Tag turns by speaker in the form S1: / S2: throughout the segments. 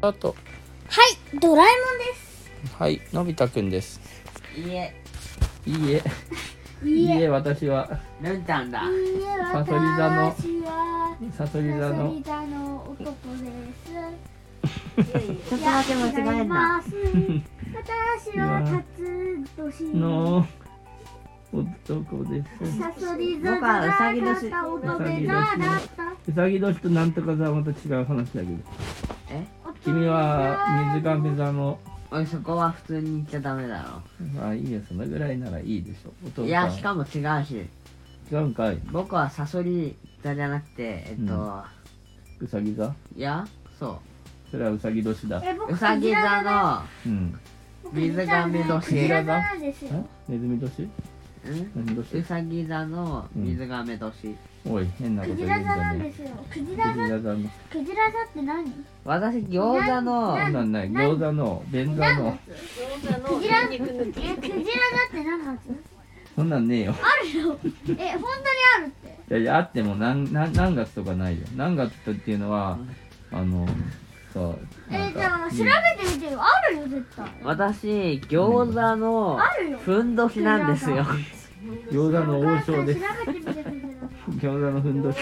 S1: あと
S2: はい、ドラえもんです。
S1: はいのび太くんです
S3: いいえ、
S1: いいえいいえ私は
S3: ルンタンだ。
S1: サソリ座のサソリ座
S4: サソ
S1: の
S4: リ座の男です。
S3: ちょっと待って間違えんな。
S4: ます。私は辰年の
S1: の男です
S4: サソリ座がだった乙女座だった。
S1: うさぎ年となんとか座はまた違う話だけど
S3: え、
S1: 君は水亀座の
S3: おい、そこは普通に言っちゃダメだ
S1: まあいいよそのぐらいならいいでしょお父さ
S3: ろ。
S1: ん
S3: いや、しかも違うし、
S1: 違うんかい
S3: 僕はサソリ座じゃなくて、えっと、
S1: うさぎ座
S3: いや、そ
S1: それはうさぎ年だ
S4: え、
S3: う。
S4: 僕
S3: うさぎ座の、
S1: うん
S3: 水亀年
S4: クジラ座なんですよ。
S1: えネズミ年
S3: ん
S1: 何
S3: う
S1: 年
S3: さぎ座の水亀年、
S1: おい変なこ
S4: ク
S1: と言
S4: ジ
S1: うんじ
S4: ラ座な
S1: ゃ
S4: ん
S1: ね
S4: ですよ。クジ
S1: え
S4: ラ
S1: クジ
S4: 座、
S1: ラ座の
S4: クジラ座って何？
S3: 私餃子の
S1: そんなんない餃子の便座の
S4: クジラ、え、クジラ座って何なんですか？
S1: そんなんねえよ
S4: あ るよ。え、本当にあるっ
S1: いや
S4: て。
S1: いやあっても何何何月とかないよ何月とっていうのはあのさな
S4: え
S1: ん
S4: じゃ
S1: か
S4: あ調べてみてよ。あるよ絶対。
S3: 私餃子の
S4: あるよ。
S3: ふんどしなんですよ
S1: 餃子の王将です
S4: 調べてみてください。
S1: 餃子のふんどし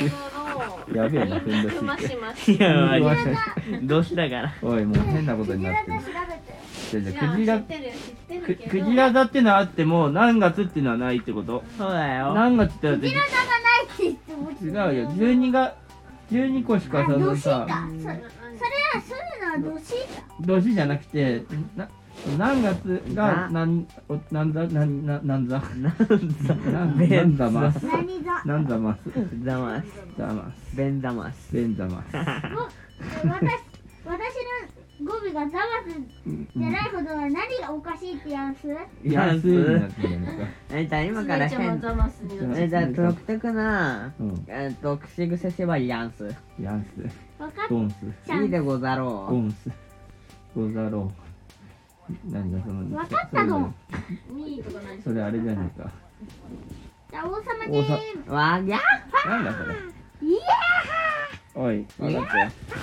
S1: やべえなふんどし
S5: ま
S1: っ
S5: してまし
S3: いや
S1: ふんどし
S3: どしだから
S1: おいもう変なこと
S4: ク
S1: に
S4: ジ
S1: な
S4: ラ
S1: って
S4: 座調
S1: る
S4: べて。
S1: じゃあじ
S5: 知
S1: ゃあクジ
S5: っ
S1: ラ
S5: てる知って
S1: ク
S5: るけ
S1: ク
S5: ど
S1: ジラ座ってのはあっても何月っていうのはないってこと
S3: そうだよ
S1: 何月ってだって
S4: クジラ座がないって言っても
S1: 違うよ12が12個しか
S4: あ、
S1: さそ
S4: ど
S1: の
S4: しだ
S1: さ。
S4: そそれはそういうのはどしだ。
S1: 年じゃなくてな何月が
S3: な
S1: 何お何座何何何座何
S3: 座
S1: 何座ます
S4: 何座？
S1: 何座ます
S3: ざます
S1: 座ます
S3: べんざます
S1: 全座ます
S4: 私私の語尾がザマスじゃないほどは何がおかしいってやんす？
S1: 安いになってるのか
S3: えじゃあ今から
S5: めちゃま
S3: 変
S5: ざますにな
S3: えじゃあ独特な
S1: うん
S3: えっと口癖せばやんす
S1: 安
S4: わかっ
S1: ゴンス
S4: ちゃ
S3: いい
S4: ん。
S3: でござ
S1: ゴ
S3: ろ
S1: ンスござろう何がその
S4: わかったの
S5: ミーとかない
S1: それあれじゃないか
S4: じゃあ王様
S1: 王
S4: ゲー
S1: 様
S4: ム。
S3: うわぎゃ
S1: なんだそれ
S4: いや
S1: おい分かったよそれじ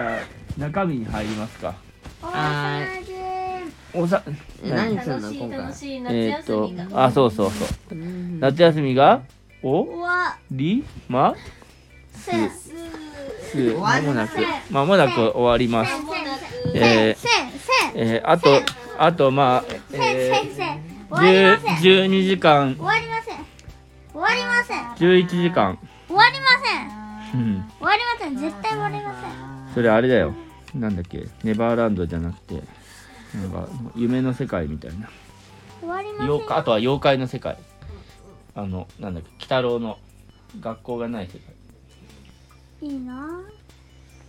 S1: ゃあ中身に入りますか
S4: 王
S3: は
S4: 様ゲーム。
S1: おさ
S3: え何する
S5: 楽
S3: の
S5: し
S3: 今
S5: い楽
S3: 回
S5: しい夏
S1: えーっ
S5: 休
S1: と
S5: みが
S1: あそうそうそう
S3: うん
S1: 夏休みがお
S5: わ
S1: りま
S4: せせ
S5: す
S1: すま
S3: わり
S1: もな
S3: ま
S1: く
S3: せん
S1: まもなく終わります
S5: まもなく
S1: えー
S4: せせ
S1: えーあとあとまあ
S4: せ
S1: え
S4: せせ終わりませ
S1: ー
S4: ん終
S1: 10 12時間
S4: わりません終わりません
S1: 11時間
S4: 終わりません
S1: うん
S4: 終わりません絶対終わりません
S1: それあれだよなんだっけネバーランドじゃなくてなんか夢の世界みたいな
S4: 終わりません
S1: 妖怪あとは妖怪の世界あのなんだっけ鬼太郎の学校がない世界
S4: いいな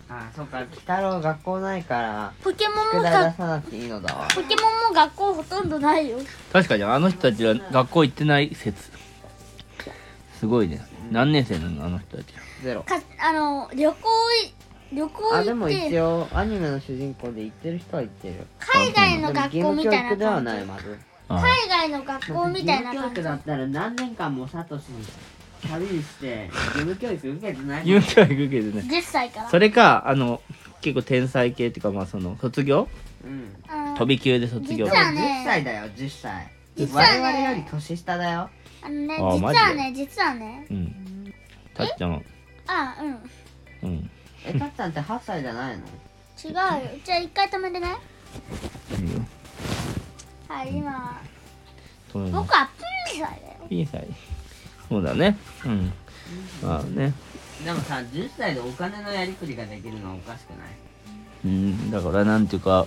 S3: あそっか鬼太郎学校ないから
S4: ポケモン
S3: 宿
S4: も
S3: 題
S4: さ
S3: 出さなくていいのだわ
S4: ポケモンも学校ほとんどないよ
S1: 確かにあの人たちは学校行ってない説すごいね何年生なのあの人たち
S3: ゼロ
S4: かあの旅行い旅行
S3: あで
S4: 行
S3: も
S4: っ
S3: 一
S4: て
S3: 応アニメの主人公で行ってる人は行ってるよ
S4: 海外の学
S3: で
S4: 校
S3: も
S4: み
S3: 義
S4: たいな
S3: 務教育ではない
S4: 感
S3: まず
S1: あ
S4: じ海外の学校みたいな
S3: 義務
S4: 感
S3: 教育
S4: じ
S3: だったら何年間もサトシに旅して義務教育受けてない
S1: 言う教育受けてね
S4: 10歳から
S1: それかあの結構天才系っていうかまあその卒業
S3: うん
S4: うん
S1: 飛び級で卒業
S4: 実
S3: でも
S4: は
S3: 10歳だよ10歳
S4: 実はね
S3: 我々より年下だよ
S4: あのね
S1: あ
S4: 実
S1: マジで
S4: はね実はね
S1: うんたっちゃん
S4: あうん
S1: うん
S3: えたっちゃんって8歳じゃないの
S4: 違うよじゃあ一回止めてね
S1: いいよ
S4: はい今
S1: と思います
S4: 僕はプン歳だよ
S1: いいさいそうだねうんまあね
S3: でもさ10歳でお金のやりくりができるのはおかしくない
S1: うんだからなんていうか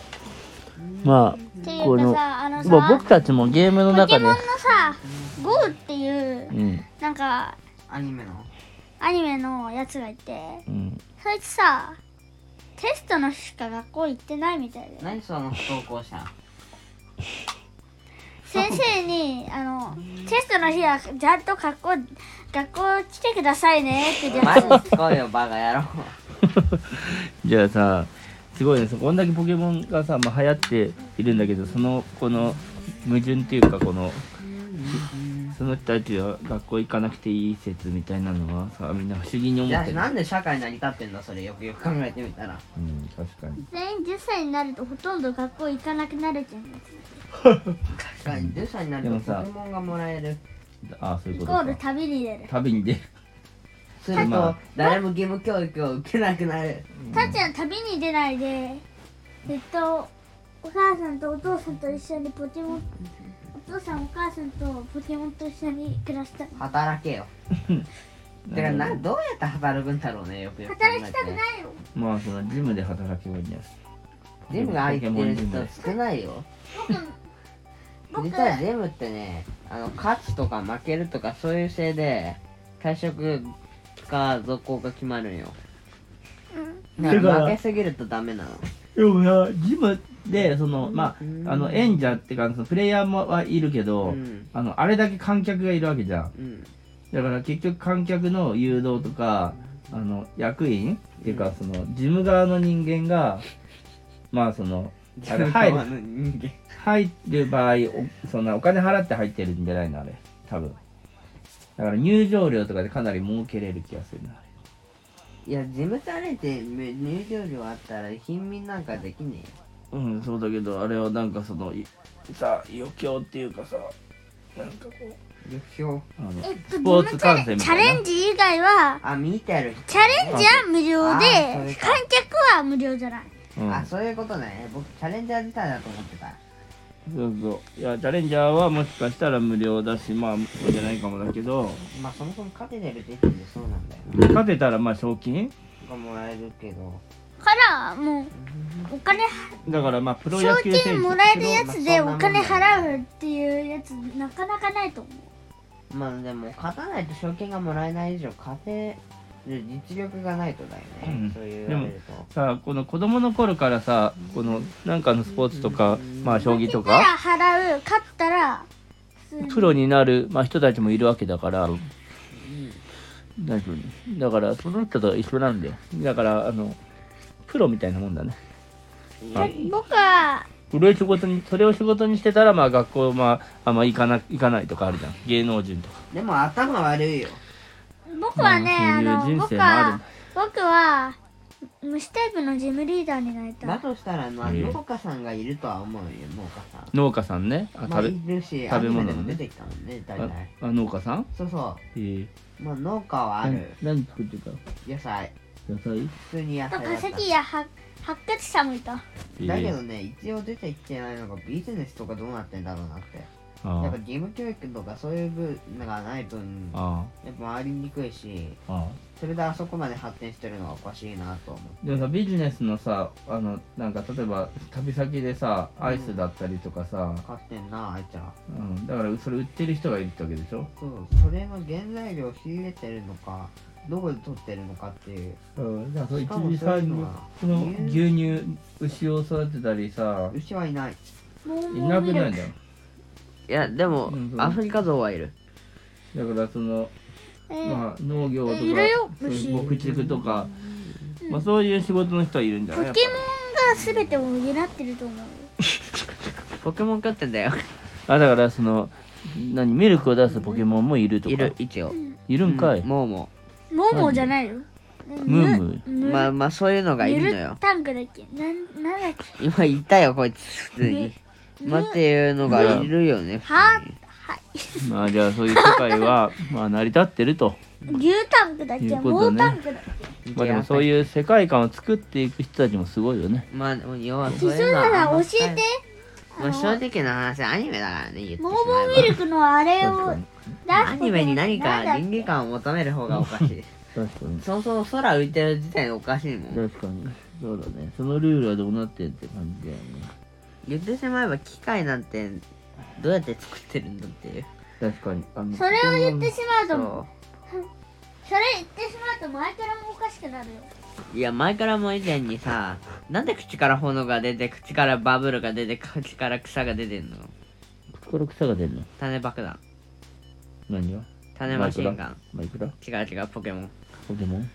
S1: ま
S4: って
S1: こ
S4: いうか
S1: の
S4: さあの
S1: あまあ僕
S4: さ
S1: たちもゲームの
S4: ポ
S1: 中で
S4: ケモンのさ GO っていう
S1: うん
S4: なんか
S3: アニメの
S4: アニメのやつがいて
S1: うん
S4: そいつさテストの日しか学校行ってないみた いで
S3: 何その不登校者
S4: 先生にあのテストの日はちゃんと学校学校来てくださいねって言って
S3: 前に聞こえよバカ野郎
S1: じゃあさすごいねそこんだけポケモンがさ、まあ、流行っているんだけどそのこの矛盾っていうかこのその人たちは学校行かなくていい説みたいなのはさみんな不思議に
S3: い
S1: 思っ
S3: や
S1: てる
S3: なんで社会成り立ってんだそれよくよく考えてみたら
S1: うん確かに
S4: 全員10歳になるとほとんど学校行かなくなるじゃん
S3: 確かに10歳になる
S1: で
S3: と
S1: もさ
S3: ポケモンがもらえる
S1: ああそうい
S4: イ
S1: う
S4: コ
S1: こと
S4: ール
S1: か
S4: 旅に出る
S1: 旅に出る
S3: する
S1: ま
S3: と
S1: あ
S3: 誰も義務教育を受けなくなる
S4: たっちゃん旅に出ないでずっとお母さんとお父さんと一緒にポケモンお父さんお母さんとポケモンと一緒に暮らしたい
S3: 働けよてかなどうやって働くんだろうねよくよく考え
S4: 働
S3: て
S4: きたくないよ
S1: まあそのジムで働けばいいんじゃない
S3: ジムが空いてる
S1: ポケモンジムで
S3: 人少ないよ
S4: 僕
S3: 実はジムってねあの勝つとか負けるとかそういうせいで退職か続行が決まるんよ、だか
S1: だからら
S3: 負けすぎるとダメなの
S1: でもなジムでそのまああの演者っていうかそのプレイヤーもはいるけど、
S3: うん
S1: あのあれだけ観客がいるわけじゃん
S3: うん
S1: だから結局観客の誘導とかあの役員っていうかその事務側の人間がまあそ のあれ入る
S3: の人間
S1: 入る場合おそんなお金払って入ってるんじゃないのあれ多分だから入場料とかでかなり儲けれる気がするなあれ
S3: いやジムされて入場料あったら貧民なんかできね
S1: うんそうだけどあれはなんかそのいさ余興っていうかさなんかこう
S3: えよ目標
S1: あの
S4: えっと
S1: スポーツ観戦み
S4: チ
S1: た
S4: ャ
S1: いな
S4: レンジ以外は
S3: あ見てる
S4: チャレンジは無料
S3: あそれ
S4: で
S3: か
S4: 観客は無料じゃない
S1: うん
S3: あそういうことね僕チャレンジャー自体だと思ってた
S1: そうそういやチャレンジャーはもしかしたら無料だしまあそうじゃないかもだけど
S3: まあそもそも勝ててるって言っててそうなんだよ
S1: 勝てたらまあ賞金
S3: がもらえるけど
S4: からもうお金
S1: だからまあプロ
S4: 賞
S1: 野球選
S4: 金もらえるやつでお
S3: まあそんなもんだ
S4: 金
S3: よ
S4: 払うっていうやつなかなかないと思う
S3: まあでも勝たないと賞金がもらえない以上勝てる実力がないとだよね、
S1: うん
S3: そう言われると
S1: 手さあこの子供の頃からさこのなんかのスポーツとかまあ将棋とか
S4: たら払う勝ったら普通に
S1: プロになる、まあ、人たちもいるわけだから、大丈夫だからその人と一緒なんだよだからあのプロみたいなもんだねあ
S4: 僕は
S1: それを仕事にそれを仕事にしてたらまあ学校まああんま行かな行かないとかあるじゃん芸能人とか
S3: でも頭悪いよ
S4: 僕はね、あ、
S1: まあ
S4: の
S1: そういう人
S4: 僕
S1: 生もある
S4: は僕は虫タイプのジムリーダーになりた
S3: だ
S4: い
S3: としたらまあ
S1: ええ
S3: 農家さんがいるとは思うよ農家さん
S1: 農家さんねあ
S3: まあ
S1: 食べ
S3: いるし
S1: 食べ物
S3: アニメでも
S1: ね
S3: 出てきたもんね大
S1: あ
S3: 体
S1: あ農家さん
S3: そうそ
S1: えー
S3: うまあ農家はある、
S1: な何作ってた
S3: 野菜
S1: 野菜
S3: 普通に野
S4: あと
S3: 菜だった
S4: 化石やは発掘者もいた
S1: えー
S3: だけどね一応出てきてないのがビジネスとかどうなってんだろうなってやっ
S1: あ
S3: ぱ義務教育とかそういう分のがない分
S1: ああ
S3: やっぱ回りにくいし
S1: あああ
S3: それであそこまで発展してるのはおかしいなと思う
S1: でもさビジネスのさあのなんか例えば旅先でさアイスだったりとかさ、
S3: 買ってんなあいつら
S1: うん、だからそれ売ってる人がいるってわけでしょ
S3: そうそれの原材料を仕入れてるのかどこで取ってるのかっていう
S1: うん、だから
S3: し
S1: 一
S3: かも
S1: 次
S3: そういう
S1: 産
S3: の
S1: 業
S3: は
S1: その牛乳牛を育てたりさ
S3: 牛はいない
S4: モー
S1: い
S4: モ
S1: な
S4: ー
S1: く
S4: ミ
S1: ない
S4: ル
S1: ん
S4: ク
S1: だよ
S3: いやでも
S1: うんうん
S3: アフリカゾウはいる
S1: だからその、
S4: えー
S1: まあ、農業とか
S4: えいるよ
S1: そう
S4: 牛
S1: いう牧畜とか、まあ、そういう仕事の人はいるんじゃない
S4: ポケモンが全てを担ってると思うよ
S3: ポケモン飼ってんだよ
S1: あだからその何ミルクを出すポケモンもいるとか
S3: いる一応
S1: いるんかい、
S3: もうも
S4: モーモーじゃないよ
S1: ムームー
S4: ぬぬ
S3: まあまあそういうのがい
S4: ぬ
S3: るの
S4: る
S3: よ
S4: タンクだっけなんなんだっけ
S3: 今いたよこいつ普通にまあっていうのがいるよね
S4: は
S3: 普通に
S1: ま
S4: はい
S1: あじゃあそういう世界は まあ成り立ってると、
S4: 牛タンクだっけ
S1: いうこ
S4: モ
S1: と
S4: ー
S1: ね
S4: タンクだっけ
S1: まあ、でもそういう世界観を作っていく人たちもすごいよね
S3: まあでも要は
S4: そ
S3: そう
S4: う
S3: いう
S4: いう
S3: の
S4: なら
S3: は
S4: 教えて
S3: まあ正直な話アニメだからね言ってしま
S4: モー
S3: え
S4: モ
S3: ば
S4: ーミルクのあれを
S1: 確かに
S4: 出すこと
S3: アニメに何か倫理観を求める方がおかしい
S1: 確かに
S3: そもそも空浮いてる時点でおかしいもん
S1: 確かにそうだねそのルールはどうなってんって感じだよね
S3: 言ってしまえば機械なんてどうやって作ってるんだっていう
S1: 確かにあの
S4: それを言ってしまうともう
S3: そ
S4: それ言ってしまうと前からもおかしくなるよ
S3: ういや前からも以前にさなんで口から炎が出て口からバブルが出て口から草が出てんの
S1: 口から草が出るの
S3: 種爆弾
S1: 何が
S3: 種マシンガン
S1: マイクラ
S3: 違う違うポケモン
S1: ポケモン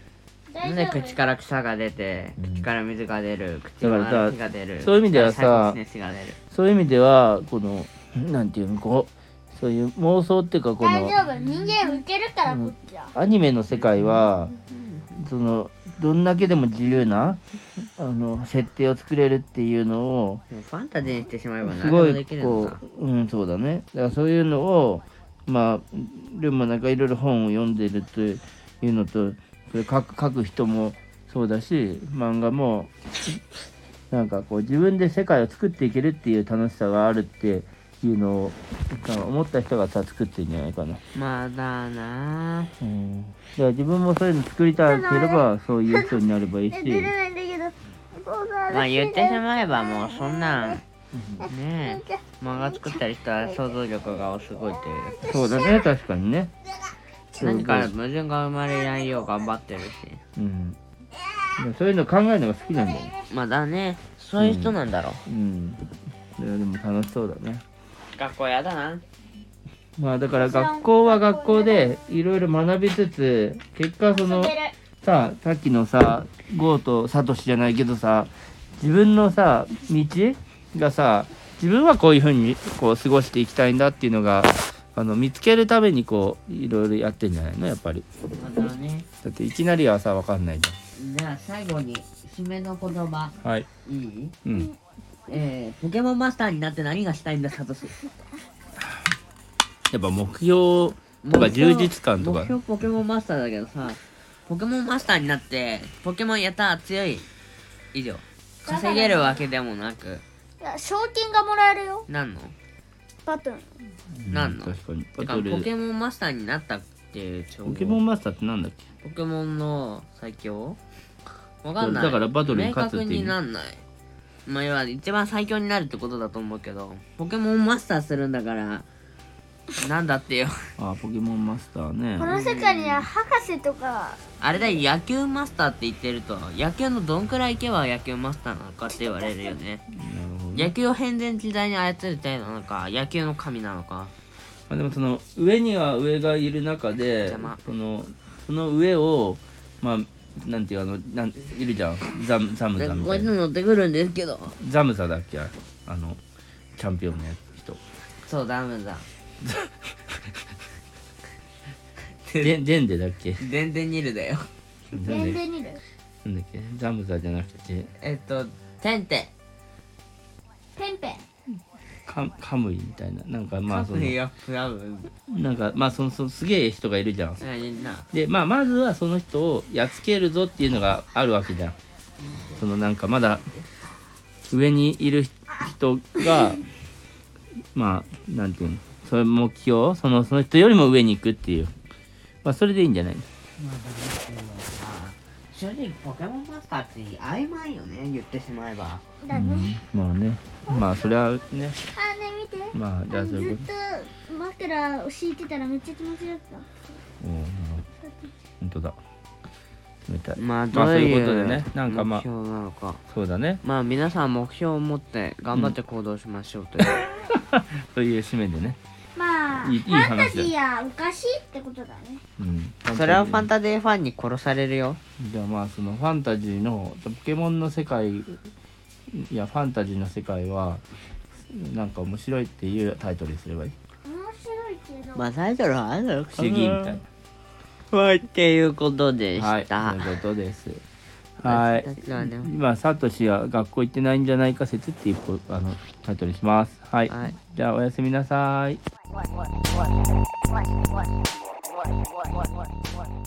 S3: な
S4: 大丈
S3: んで
S4: 夫
S3: 口から草が出て
S1: うん
S3: 口から水が出る口
S1: だからさ
S3: から火が出る
S1: そういう意味ではさ
S3: 口からサイコキネシスが出る
S1: そういう意味ではこのなんていうのこうそういう妄想っていうかこ
S2: 大
S1: の
S2: 丈夫人間受けるからこっちは、
S1: アニメの世界はそのどんだけでも自由なあの設定を作れるっていうのを
S3: でもファンタジーにしてしまえば
S1: す
S3: 何で
S1: ご
S3: もで
S1: い
S3: きるの
S1: こ
S3: か
S1: ううんそうだねだからそういうのをまあルンもなんかいろいろ本を読んでるというのとそれ書く書く人もそうだし漫画もなんかこう自分で世界を作っていけるっていう楽しさがあるっていうのをなんか思った人がさ作ってるんじゃないかな。
S3: まだなあ
S1: うん、だから自分もそういうの作りたければそういう人になればいいし。
S2: 出れないんだけどそうだ
S3: まあ言ってしまえばもうそんなんねえ漫画作ったりしたら想像力がすごいという
S1: そうだね、確かにね。
S3: 何か矛盾が生まれないよう頑張ってるし
S1: うん。そういうの考えるのが好きなんだよね。
S3: まあだねそういう人なんだろう、
S1: うん。それはでも楽しそうだね。
S3: 学校やだな
S1: まあだから学校は学校でいろいろ学びつつ、結果その、さあ、さっきのさ、ゴーとサトシじゃないけどさ、自分のさ、道がさ、自分はこういうふうにこう過ごしていきたいんだっていうのが、あの見つけるためにこういろいろやってんじゃないのやっぱり
S3: まだね
S1: だっていきなりはさわかんないじ
S3: じゃあ最後に締めの言葉
S1: ゃんはい
S3: いい
S1: うん
S3: えー、ポケモンマスターになって何がしたいんだサトシ
S1: やっぱ目標とか充実感と
S3: 目
S1: か
S3: 標ポケモンマスターだけどさポケモンマスターになってポケモンやったー強い以上稼げるわけでもなく
S2: いや賞金がもらえるよ
S3: なんの
S2: バトン
S3: なんの
S1: 確かに
S3: て
S1: バ
S3: か
S1: トル
S3: ポケモンマスターになったっていう称号
S1: ポケモンマスターってなんだっけ
S3: ポケモンの最強わかんない
S1: だからバトルに勝つっていう
S3: 明確になんないまあ要は一番最強になるってことだと思うけどポケモンマスターするんだからなんだってよ
S1: あーポケモンマスターね
S2: この世界には博士とか
S3: あれだよ野球マスターって言ってると野球のどんくらいいけば野球マスターなのかって言われるよね
S1: なるほどね
S3: 野球を変然自在に操りたいなのか野球の神なのか
S1: まあ、でもその上には上がいる中で
S3: 邪魔
S1: そのその上をまあなんていうあのなんいるじゃんザムザム
S3: で
S1: ザ
S3: こ
S1: み
S3: う
S1: た
S3: やっ
S1: い
S3: て
S1: な
S3: 乗ってくるんですけど
S1: ザムザだっけあのチャンピオンのやつ人
S3: そうダメだ
S1: デンデンデだっけ
S3: デンデニルだよ
S1: なんだ
S2: 全
S1: っけ
S2: 然にる
S1: なんだっけザムザじゃなくて
S3: えっとテンテ
S2: ペンペン
S1: カカムイみたいななんかまあその
S3: いや多分
S1: なんかまあそのそのすげえ人がいるじゃん
S3: あいいな
S1: でまあまずはその人をやっつけるぞっていうのがあるわけじゃんそのなんかまだ上にいる人がまあなんていうのそれ目標そのその人よりも上に行くっていうまあそれでいいんじゃない
S3: 正直ポケモンマスターって曖昧よね言ってしまえば
S2: だね、
S1: まあねまあそれはね
S2: あね見て
S1: まあじゃあそう
S2: ず
S1: い
S2: っ
S1: うこと
S2: と枕を敷いてたらめっちゃ気持ちよかった
S1: おお本当だ冷たい
S3: まあど
S1: まあそうう
S3: い
S1: いううことでねなんかま
S3: 目
S1: あ
S3: 標なのか
S1: そうだね
S3: まあ皆さん目標を持って頑張って行動しましょうという、
S1: という締めでね
S2: まあ
S1: いいいい
S2: フ
S1: 話だ
S2: ァンタジーはおかしいってことだね
S1: うん
S3: それはファンタジーファンに殺されるよ
S1: じゃあまあそのファンタジーのポケモンの世界いやファンタジーの世界はなんか面白いっていうタイトルにすればいい
S2: 面白いけど
S3: まあタイトルはあるだろ
S1: 不思議みたい
S3: はいっていうことでし
S1: なはいと
S3: た、
S1: いうことですはい
S3: 私たちはね
S1: 今サトシは学校行ってないんじゃないか説っていうこあのタイトルにしますはい、
S3: はい
S1: じゃあおやすみなさい
S6: what, what, what, what, what, what, what, what, what, what, what, what.